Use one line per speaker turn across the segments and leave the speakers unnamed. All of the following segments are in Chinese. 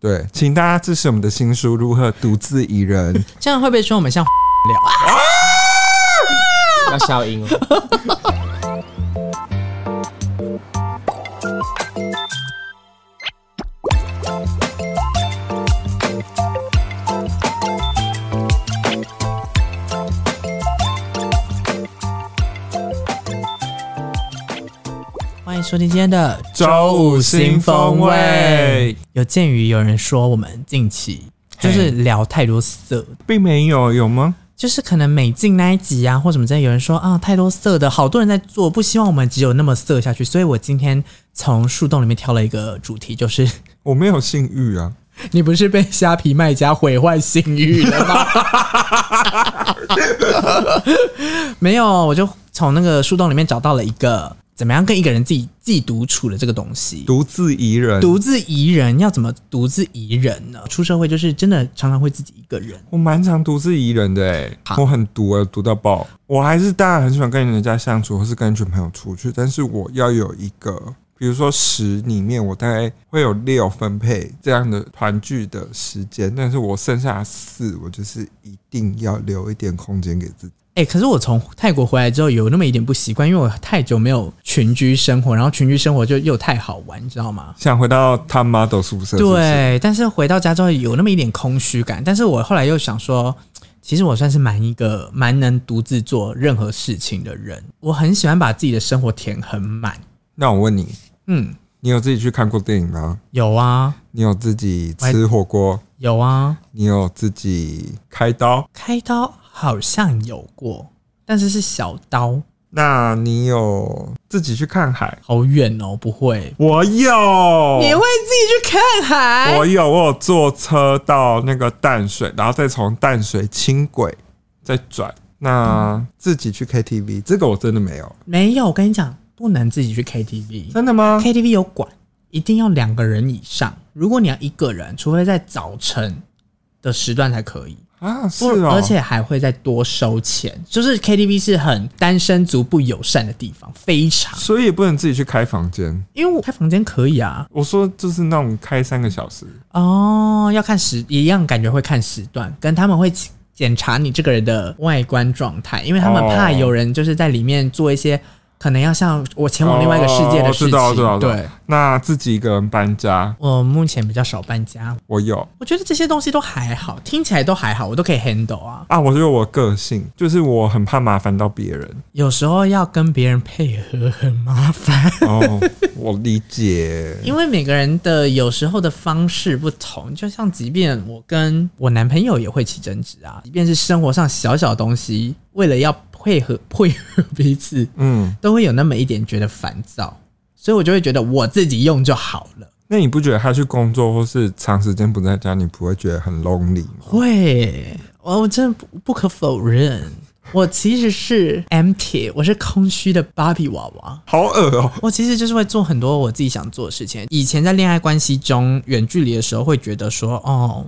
对，请大家支持我们的新书《如何独自一人》。
这样会不会说我们像
要消音哦。
欢迎收听今天的
周五新风味。
有鉴于有人说我们近期就是聊太多色，
并没有有吗？
就是可能美镜那一集啊，或什么之类，有人说啊太多色的，好多人在做，不希望我们只有那么色下去。所以我今天从树洞里面挑了一个主题，就是
我没有性欲啊，
你不是被虾皮卖家毁坏信誉了吗？ 没有，我就从那个树洞里面找到了一个怎么样跟一个人自己自己独处的这个东西。
独自一人。
独自宜人要怎么独自宜人呢？出社会就是真的常常会自己一个人。
我蛮常独自一人的哎、
好
我很独啊，独到爆。我还是当然很喜欢跟人家相处，或是跟一群朋友出去，但是我要有一个，比如说十里面，我大概会有六分配这样的团聚的时间，但是我剩下四，我就是一定要留一点空间给自己。
哎、可是我从泰国回来之后有那么一点不习惯，因为我太久没有群居生活，然后群居生活就又太好玩，你知道吗？
想回到他妈的宿舍，是不是，
对，但是回到家之后有那么一点空虚感，但是我后来又想说，其实我算是蛮一个蛮能独自做任何事情的人，我很喜欢把自己的生活填很满。
那我问你，
嗯，
你有自己去看过电影吗？
有啊，
你有自己吃火锅？
有啊，
你有自己开刀？
开刀好像有过，但是是小刀，
那你有自己去看海？
好远哦，不会。
我有，
你会自己去看海？
哦我有，我有坐车到那个淡水，然后再从淡水轻轨再转。那
嗯
自己去 KTV，这个我真的没有，
没有，我跟你讲，不能自己去 KTV。
真的吗？
KTV 有管，一定要两个人以上。如果你要一个人，除非在早晨的时段才可以，
啊，是
不，
哦，
而且还会再多收钱。就是 KTV 是很单身族不友善的地方，非常。
所以也不能自己去开房间。
因为我开房间可以啊，
我说就是那种开三个小时，
哦，要看时，一样感觉会看时段，跟他们会检检查你这个人的外观状态，因为他们
哦
怕有人就是在里面做一些可能要像我前往另外一个世界的事情。
哦知道知道知道
对，
那自己一个人搬家，
我目前比较少搬家，
我有
我觉得这些东西都还好，听起来都还好，我都可以 handle 啊。
啊，我觉得我个性就是我很怕麻烦到别人。
有时候要跟别人配合很麻 烦，
哦，我理解。
因为每个人的有时候的方式不同，就像即便我跟我男朋友也会起争执啊，即便是生活上小小的东西，为了要配合 配合彼此，
嗯，
都会有那么一点觉得烦躁，所以我就会觉得我自己用就好了。
那你不觉得他去工作或是长时间不在家，你不会觉得很 lonely 吗？
会，我我真的不不可否认，我其实是 empty，我是空虚的芭比娃娃。
好恶哦、
我其实就是会做很多我自己想做的事情。以前在恋爱关系中远距离的时候，会觉得说，哦，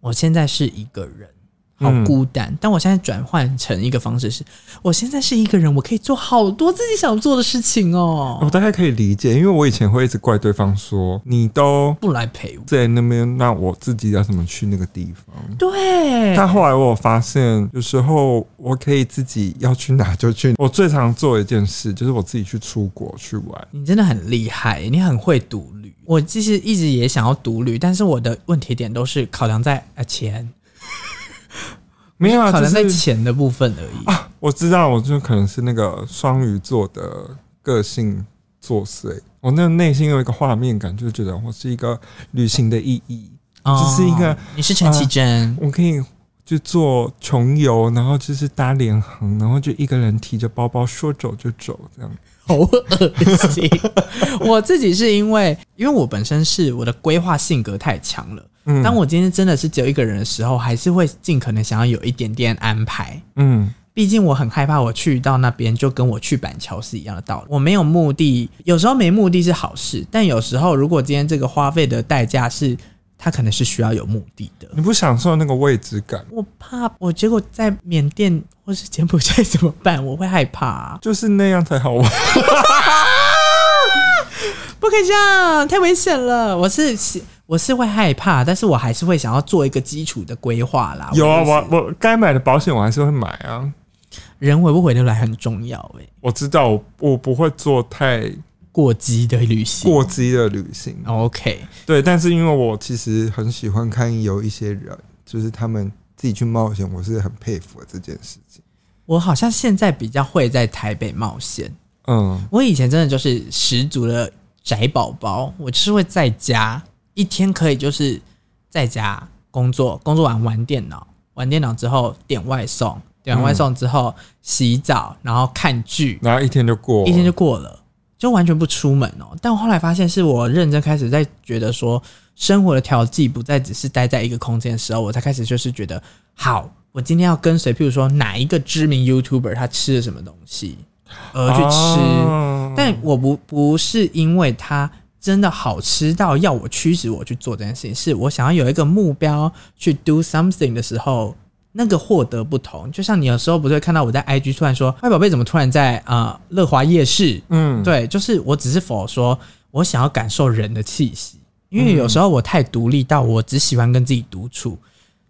我现在是一个人，好
嗯
孤单。但我现在转换成一个方式是，我现在是一个人，我可以做好多自己想做的事情哦，
我大概可以理解，因为我以前会一直怪对方说你都
不来陪我。
在那边，那我自己要怎么去那个地方？
对，
但后来我有发现，有时候我可以自己要去哪就去。我最常做一件事就是我自己去出国去玩。
你真的很厉害，你很会独旅。我其实一直也想要独旅，但是我的问题点都是考量在呃钱，
没有啊，
考
就
量在
是
钱的部分而已。
啊，我知道，我就可能是那个双鱼座的个性作祟。我那内心有一个画面感，就觉得我是一个旅行的意义。
哦
啊这是一个
你是陈绮贞，
我可以就做穷游，然后就是搭联航，然后就一个人提着包包说走就走这样。
好恶心。 我自己是因为，因为我本身是我的规划性格太强了。
嗯
当我今天真的是只有一个人的时候，还是会尽可能想要有一点点安排。
嗯，
毕竟我很害怕，我去到那边就跟我去板桥是一样的道理。我没有目的，有时候没目的是好事，但有时候如果今天这个花费的代价是，它可能是需要有目的的。
你不享受那个未知感，
我怕我结果在缅甸或是柬埔寨怎么办？我会害怕、啊
就是那样才好玩。
不可以这样，太危险了。我是喜我是会害怕，但是我还是会想要做一个基础的规划啦。
有啊，
的意
我
思
我该买的保险我还是会买啊。
人回不回得来很重要诶、
我知道我我不会做太
过激的旅行。
过激的旅行，
OK，
对，但是因为我其实很喜欢看有一些人，就是他们自己去冒险，我是很佩服的这件事情。
我好像现在比较会在台北冒险，
嗯，
我以前真的就是十足的宅宝宝，我就是会在家一天可以就是在家工作，工作完玩电脑，玩电脑之后点外送，点
嗯
完外送之后洗澡，然后看剧，
然后一天就过，
一天就过了，就完全不出门哦。但我后来发现，是我认真开始在觉得说，生活的调剂不再只是待在一个空间的时候，我才开始就是觉得，好，我今天要跟随，譬如说哪一个知名 YouTuber 他吃了什么东西，而去吃。
啊
但我不不是因为它真的好吃到要我驱使我去做这件事情，是我想要有一个目标去 do something 的时候，那个获得不同。就像你有时候不是会看到我在 IG 突然说哎“嗨，宝贝，怎么突然在啊乐华夜市
嗯”？，
对，就是我只是否说我想要感受人的气息，因为有时候我太独立到我只喜欢跟自己独处，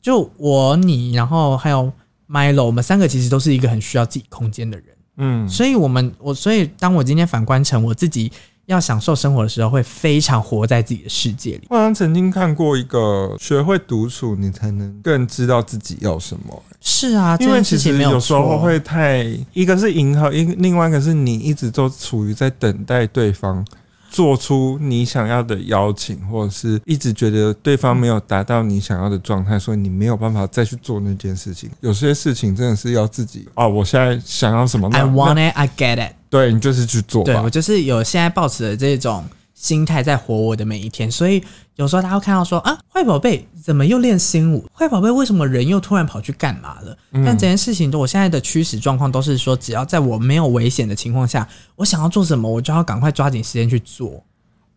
就我你，然后还有 Milo，我们三个其实都是一个很需要自己空间的人。
嗯，
所以我们我所以当我今天反观成我自己要享受生活的时候，会非常活在自己的世界里。
我好像曾经看过一个学会独处，你才能更知道自己要什么。
是啊，
因
这
为
件
其
事
实
情没
有时
错
候会太，一个是迎合，一个另外一个是你一直都处于在等待对方做出你想要的邀请，或者是一直觉得对方没有达到你想要的状态，所以你没有办法再去做那件事情。有些事情真的是要自己哦，我现在想要什么那
，I
那
want it, I get it
对你就是去做
对。
吧
我。就是有现在抱持的这种心态在活我的每一天，所以有时候大家会看到说啊，坏宝贝怎么又练新舞？坏宝贝为什么人又突然跑去干嘛了？但这件事情，我现在的驱使状况都是说，只要在我没有危险的情况下，我想要做什么，我就要赶快抓紧时间去做。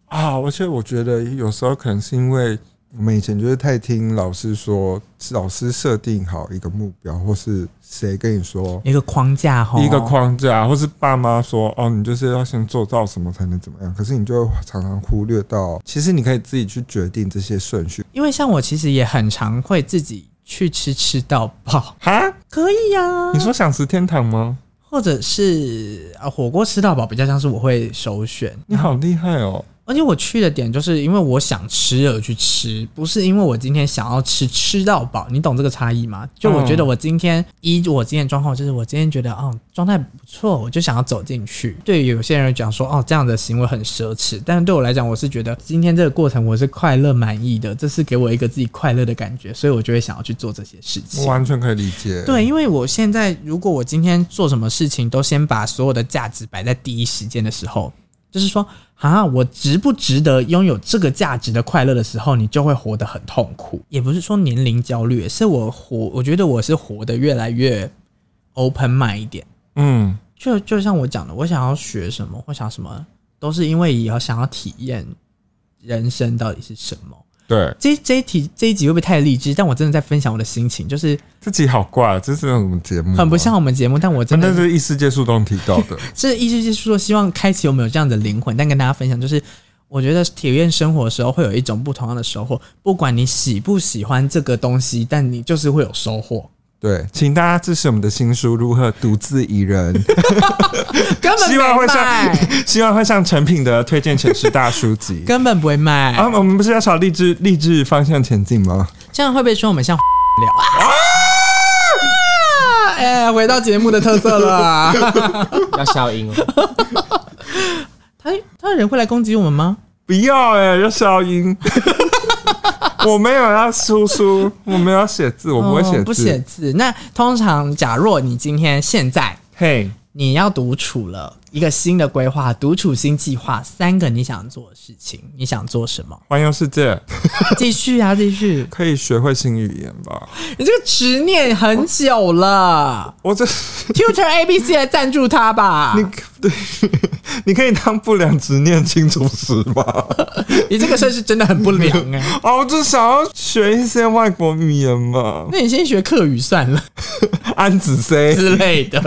啊，而且我觉得有时候可能是因为我们以前就是太听老师说，老师设定好一个目标，或是谁跟你说
一个框架吼，
一个框架，或是爸妈说哦，你就是要先做到什么才能怎么样，可是你就会常常忽略到，其实你可以自己去决定这些顺序。
因为像我其实也很常会自己去吃吃到饱，
哈，
可以啊呀、
你说想吃天堂吗？
或者是啊火锅吃到饱比较像是我会首选，
你好厉害哦！
而且我去的点就是因为我想吃而去吃，不是因为我今天想要吃吃到饱，你懂这个差异吗？就我觉得我今天依我今天的状况，就是我今天觉得哦状态不错，我就想要走进去。对于有些人讲说哦这样的行为很奢侈，但是对我来讲，我是觉得今天这个过程我是快乐满意的，这是给我一个自己快乐的感觉，所以我就会想要去做这些事
我
情。
完全可以理解。，
对，因为我现在如果我今天做什么事情都先把所有的价值摆在第一时间的时候，就是说啊，我值不值得拥有这个价值的快乐的时候，你就会活得很痛苦。也不是说年龄焦虑，是我活，我觉得我是活得越来越 open mind 一点。
嗯，
就就像我讲的，我想要学什么或想什么，都是因为也要想要体验人生到底是什么。
对，
这这一题这一集会不会太励志？但我真的在分享我的心情，就是
这集好怪，这是那种什么节目？
很不像，我们节目，但我真的
那是异世界树洞提到 的。
这意思就是说，希望开启我们有这样的灵魂，但跟大家分享，就是我觉得体验生活的时候会有一种不同样的收获。不管你喜不喜欢这个东西，但你就是会有收获。
对，请大家支持我们的新书《如何独自一人》，
根本
希望
没
会
卖，
上， 希望会上成品的推荐前十大书 籍。
根本不会卖。
啊，我们不是要朝励志励志方向前进吗？
这样会不会说我们像聊？啊哎，回到节目的特色了啊。
要消音哦。
他他人会来攻击我们吗？
不要哎、要消 音。我没有要输出，我没有要写字，我不会
哦
写
不
字。
写字。那通常，假若你今天现在
嘿，？
你要独处了，一个新的规划，独处新计划，三个你想做的事情，你想做什么
环游世界
继续啊，继续！
可以学会新语言吧？
你这个执念很久了
我这。
，Tutor ABC 来赞助他吧
你对，你可以当不良执念清除师吗？
你这个事是真的很不良哎、
哦，我就想要学一些外国语言嘛，
那你先学课语算了
安子 C
之类 的，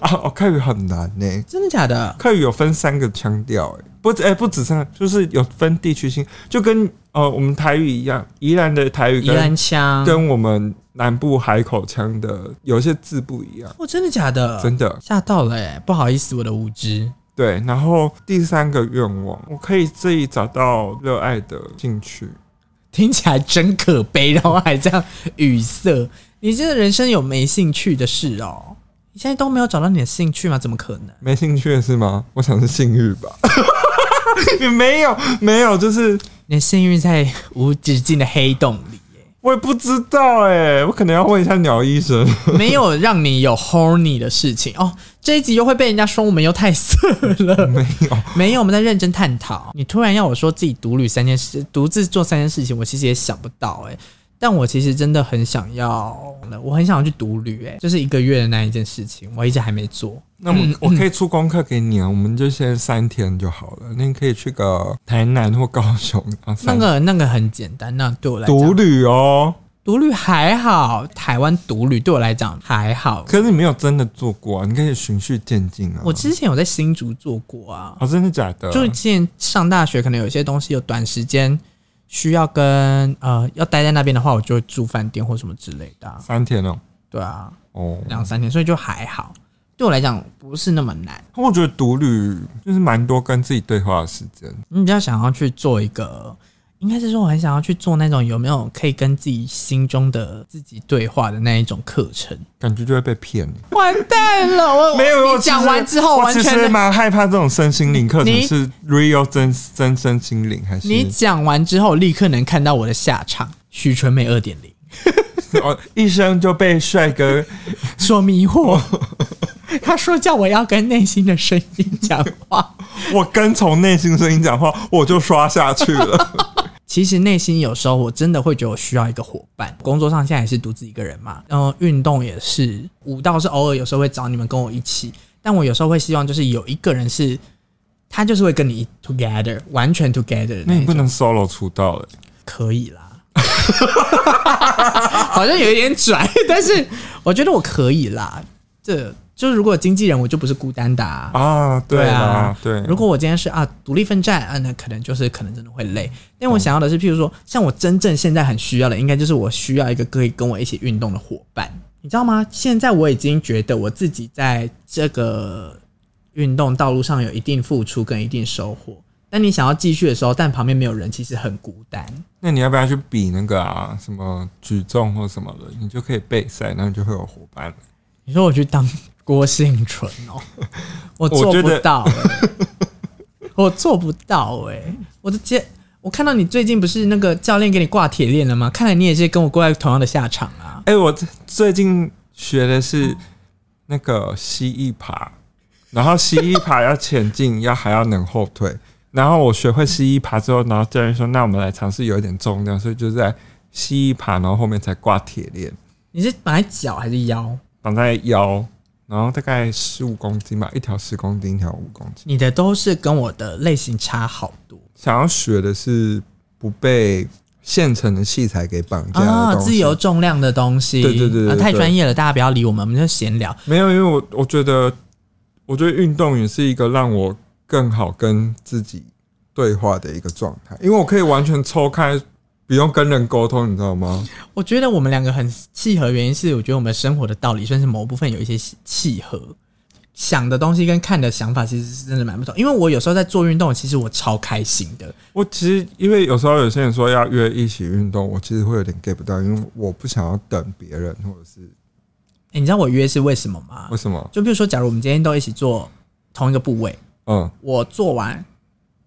啊，哦，客语很难呢、
真的假的？
客语有分三个腔调，哎，不止，哎、不止三个，就是有分地区性，就跟呃我们台语一样，宜兰的台语
宜兰
跟
腔，
跟我们南部海口腔的有些字不一样，
哦，真的假的？
真的。
吓到了哎、不好意思，我的无知。
对，然后第三个愿望，我可以自己找到热爱的兴趣。
听起来真可悲，然后还这样语塞。你这人生有没兴趣的事哦？你现在都没有找到你的兴趣吗？怎么可能？
没兴趣的是吗？我想是性欲 吧。没有，没有，就是
你的幸运在无止境的黑洞里耶，
我也不知道哎、我可能要问一下鸟医生。
没有让你有 horny 的事情哦。这一集又会被人家说我们又太色了。
没有，
没有，我们在认真探讨。你突然要我说自己独旅三件事，独自做三件事情，我其实也想不到哎、但我其实真的很想要，我很想要去独旅哎、就是一个月的那一件事情，我一直还没做。
那我
嗯
我可以出功课给你啊，我们就先三天就好了。你可以去个台南或高雄啊，
那
三
个那个很简单，那对我来
独
讲，
旅哦。
独旅还好，台湾独旅对我来讲还好。
可是你没有真的做过啊，你可以循序渐进啊。
我之前有在新竹做过啊，
哦，真的假的？
就是之前上大学，可能有些东西有短时间需要跟呃要待在那边的话，我就会住饭店或什么之类的啊、
三天哦。
对啊，
哦，
两三天，所以就还好，对我来讲不是那么难。
我觉得独旅就是蛮多跟自己对话的时间。
你比较想要去做一个，应该是说我很想要去做那种有没有可以跟自己心中的自己对话的那一种课程。
感觉就会被骗。
完蛋了，我
没有，
我
我
啊你
其实
讲完之后
我
完
其实
全
蛮害怕这种身心灵课程
你
是 real 真真身心灵还是
你讲完之后立刻能看到我的下场。许纯美 二点零，
哦一生就被帅哥
说迷惑，他说叫我要跟内心的声音讲话。
我跟从内心声音讲话，我就刷下去 了。
其实内心有时候我真的会觉得我需要一个伙伴。工作上现在也是独自一个人嘛，然后运动也是，舞蹈是偶尔有时候会找你们跟我一起，但我有时候会希望就是有一个人是，他就是会跟你 together，完全 together 的
那
那
你
一
不
种。
能 solo 出道欸了，
可以啦， 好像有一点拽，但是我觉得我可以啦。这就是如果有经纪人，我就不是孤单的啊。
啊，对
对
啦
啊，
对，
如果我今天是啊独立奋战啊，那可能就是可能真的会累。但
哦
我想要的是，譬如说，像我真正现在很需要的，应该就是我需要一个可以跟我一起运动的伙伴，你知道吗？现在我已经觉得我自己在这个运动道路上有一定付出跟一定收获。但你想要继续的时候，但旁边没有人，其实很孤单。
那你要不要去比那个啊什么举重或什么的，你就可以备赛，然后你就会有伙伴了。
你说我去当郭幸存哦，我做
觉
不
得
到、欸，我做不到哎、我的姐，我看到你最近不是那个教练给你挂铁链了吗？看来你也是跟我过来同样的下场啊！
哎、我最最近学的是那个蜥蜴爬，然后蜥蜴爬要前进，要还要能后退。然后我学会蜥蜴爬之后，然后教练说：“那我们来尝试有一点重量，所以就在蜥蜴爬，然后后面才挂铁链，
你是绑在脚还是腰？
绑在腰，然后大概十五公斤吧，一条十公斤，一条五公斤。
你的都是跟我的类型差好多
想要学的是不被现成的器材给绑架的
啊，
东西。
自由重量的东西，
对对对对
啊，太
对
专业了，大家不要理我们，我们就闲聊。
没有，因为我我觉得，我觉得运动也是一个让我更好跟自己对话的一个状态，因为我可以完全抽开，不用跟人沟通，你知道吗？
我觉得我们两个很契合，原因是我觉得我们生活的道理算是某部分有一些契合，想的东西跟看的想法其实是真的蛮不同。因为我有时候在做运动，其实我超开心的，
我其实因为有时候有些人说要约一起运动，我其实会有点 get 不到，因为我不想要等别人，或者是
诶你知道我约是为什么吗
为？什么？
就比如说，假如我们今天都一起做同一个部位，
嗯，
我做完，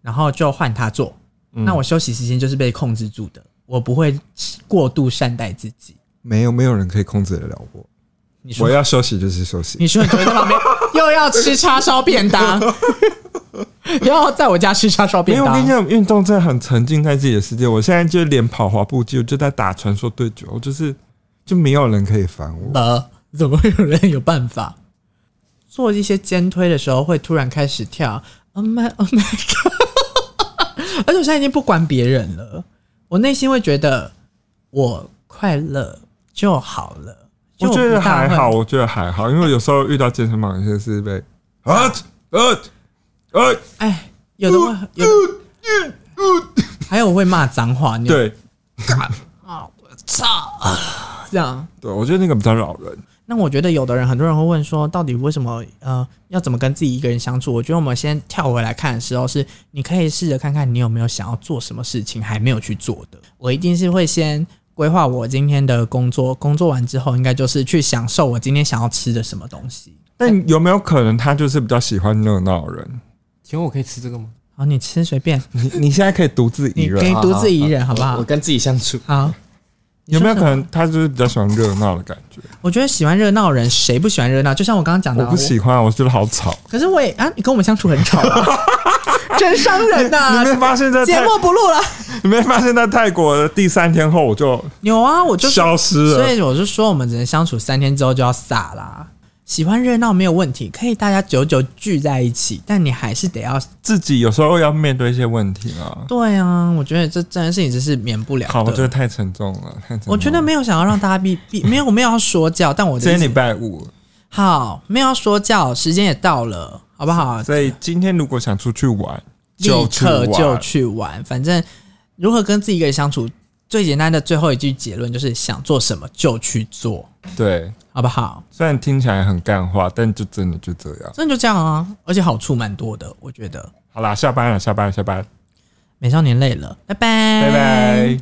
然后就换他做，
嗯
那我休息时间就是被控制住的，我不会过度善待自己。
没有没有人可以控制得了我，
你说
我要休息就是休息。
你说你昨天在旁边又要吃叉烧 便当，又要在我家吃叉烧
没
便
有，
当，
我跟你讲，运动真的很沉浸在自己的世界。我现在就连跑滑步机，我就在打传说对决，我就是就没有人可以烦我。
呃，怎么会有人有办法？做一些肩推的时候，会突然开始跳。Oh my, oh my 而且我现在已经不管别人了，我内心会觉得我快乐就好了。就
我觉得
不大
还
会
好，我觉得还好，因为有时候遇到健身房有些是被啊啊啊，
哎，有的会，有的
嗯
还有我会骂脏话，你
对
啊，我操，这样。
对，我觉得那个比较扰人。
那我觉得有的人，很多人会问说，到底为什么呃要怎么跟自己一个人相处？我觉得我们先跳回来看的时候是，你可以试着看看你有没有想要做什么事情还没有去做的。我一定是会先规划我今天的工作，工作完之后应该就是去享受我今天想要吃的什么东西。
但有没有可能他就是比较喜欢热闹的人？
请问我可以吃这个吗？
好，你吃随 便，
你你啊现在可以独自一
你可
人
以，独自一人，好
好
不
我
好？
跟自己相处，
好，你
有没有
说
可
什么？
能他就是比较喜欢热闹的感觉？
我觉得喜欢热闹的人，谁不喜欢热闹？就像我刚刚讲的
我
啊，
不喜欢，我觉得好吵。
我可是我也啊，你跟我们相处很 吵、啊，真伤人呐、
你没发现在
节
泰，
目不录了。
你没发现在泰国的第三天后我就
有啊，我就是，
消失
所
了？
以我就说，我们只能相处三天之后就要散啦。喜欢热闹没有问题，可以大家久久聚在一起，但你还是得要
自己有时候要面对一些问题啊。
对啊。我觉得这这件事情这是免不了的。
好，我觉得太沉重了，太沉重了。
我觉得没有想要让大家避避， 没有我没有要说教，但我
今
的意
天礼
思
拜五，
好没有要说教，时间也到了，好不好？
所以今天如果想出去玩，
立
就去
刻就
玩
去玩。反正如何跟自己一个人相处，最简单的最后一句结论就是想做什么就去做，
对。
好不好？
虽然听起来很干话，但就真的就这样。
真的就这样啊，而且好处蛮多的，我觉得。
好啦，下班了，下班了，下班了，
美少年累了，拜拜，
拜。拜。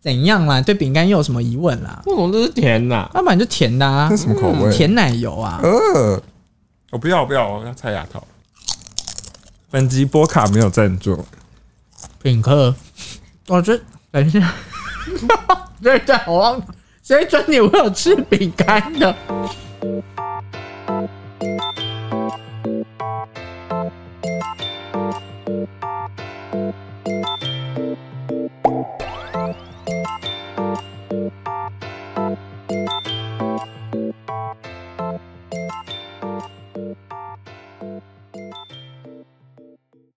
怎样啦？对饼干又有什么疑问啦？
不懂这是甜呐、
要不然就甜的啊
这，是什么口味？
甜奶油啊。
呃，我不要，我不要，我要拆牙套。本集波卡没有赞助，
品客，我觉得哦等一下， 对对，我忘了，谁准你我有吃饼干的？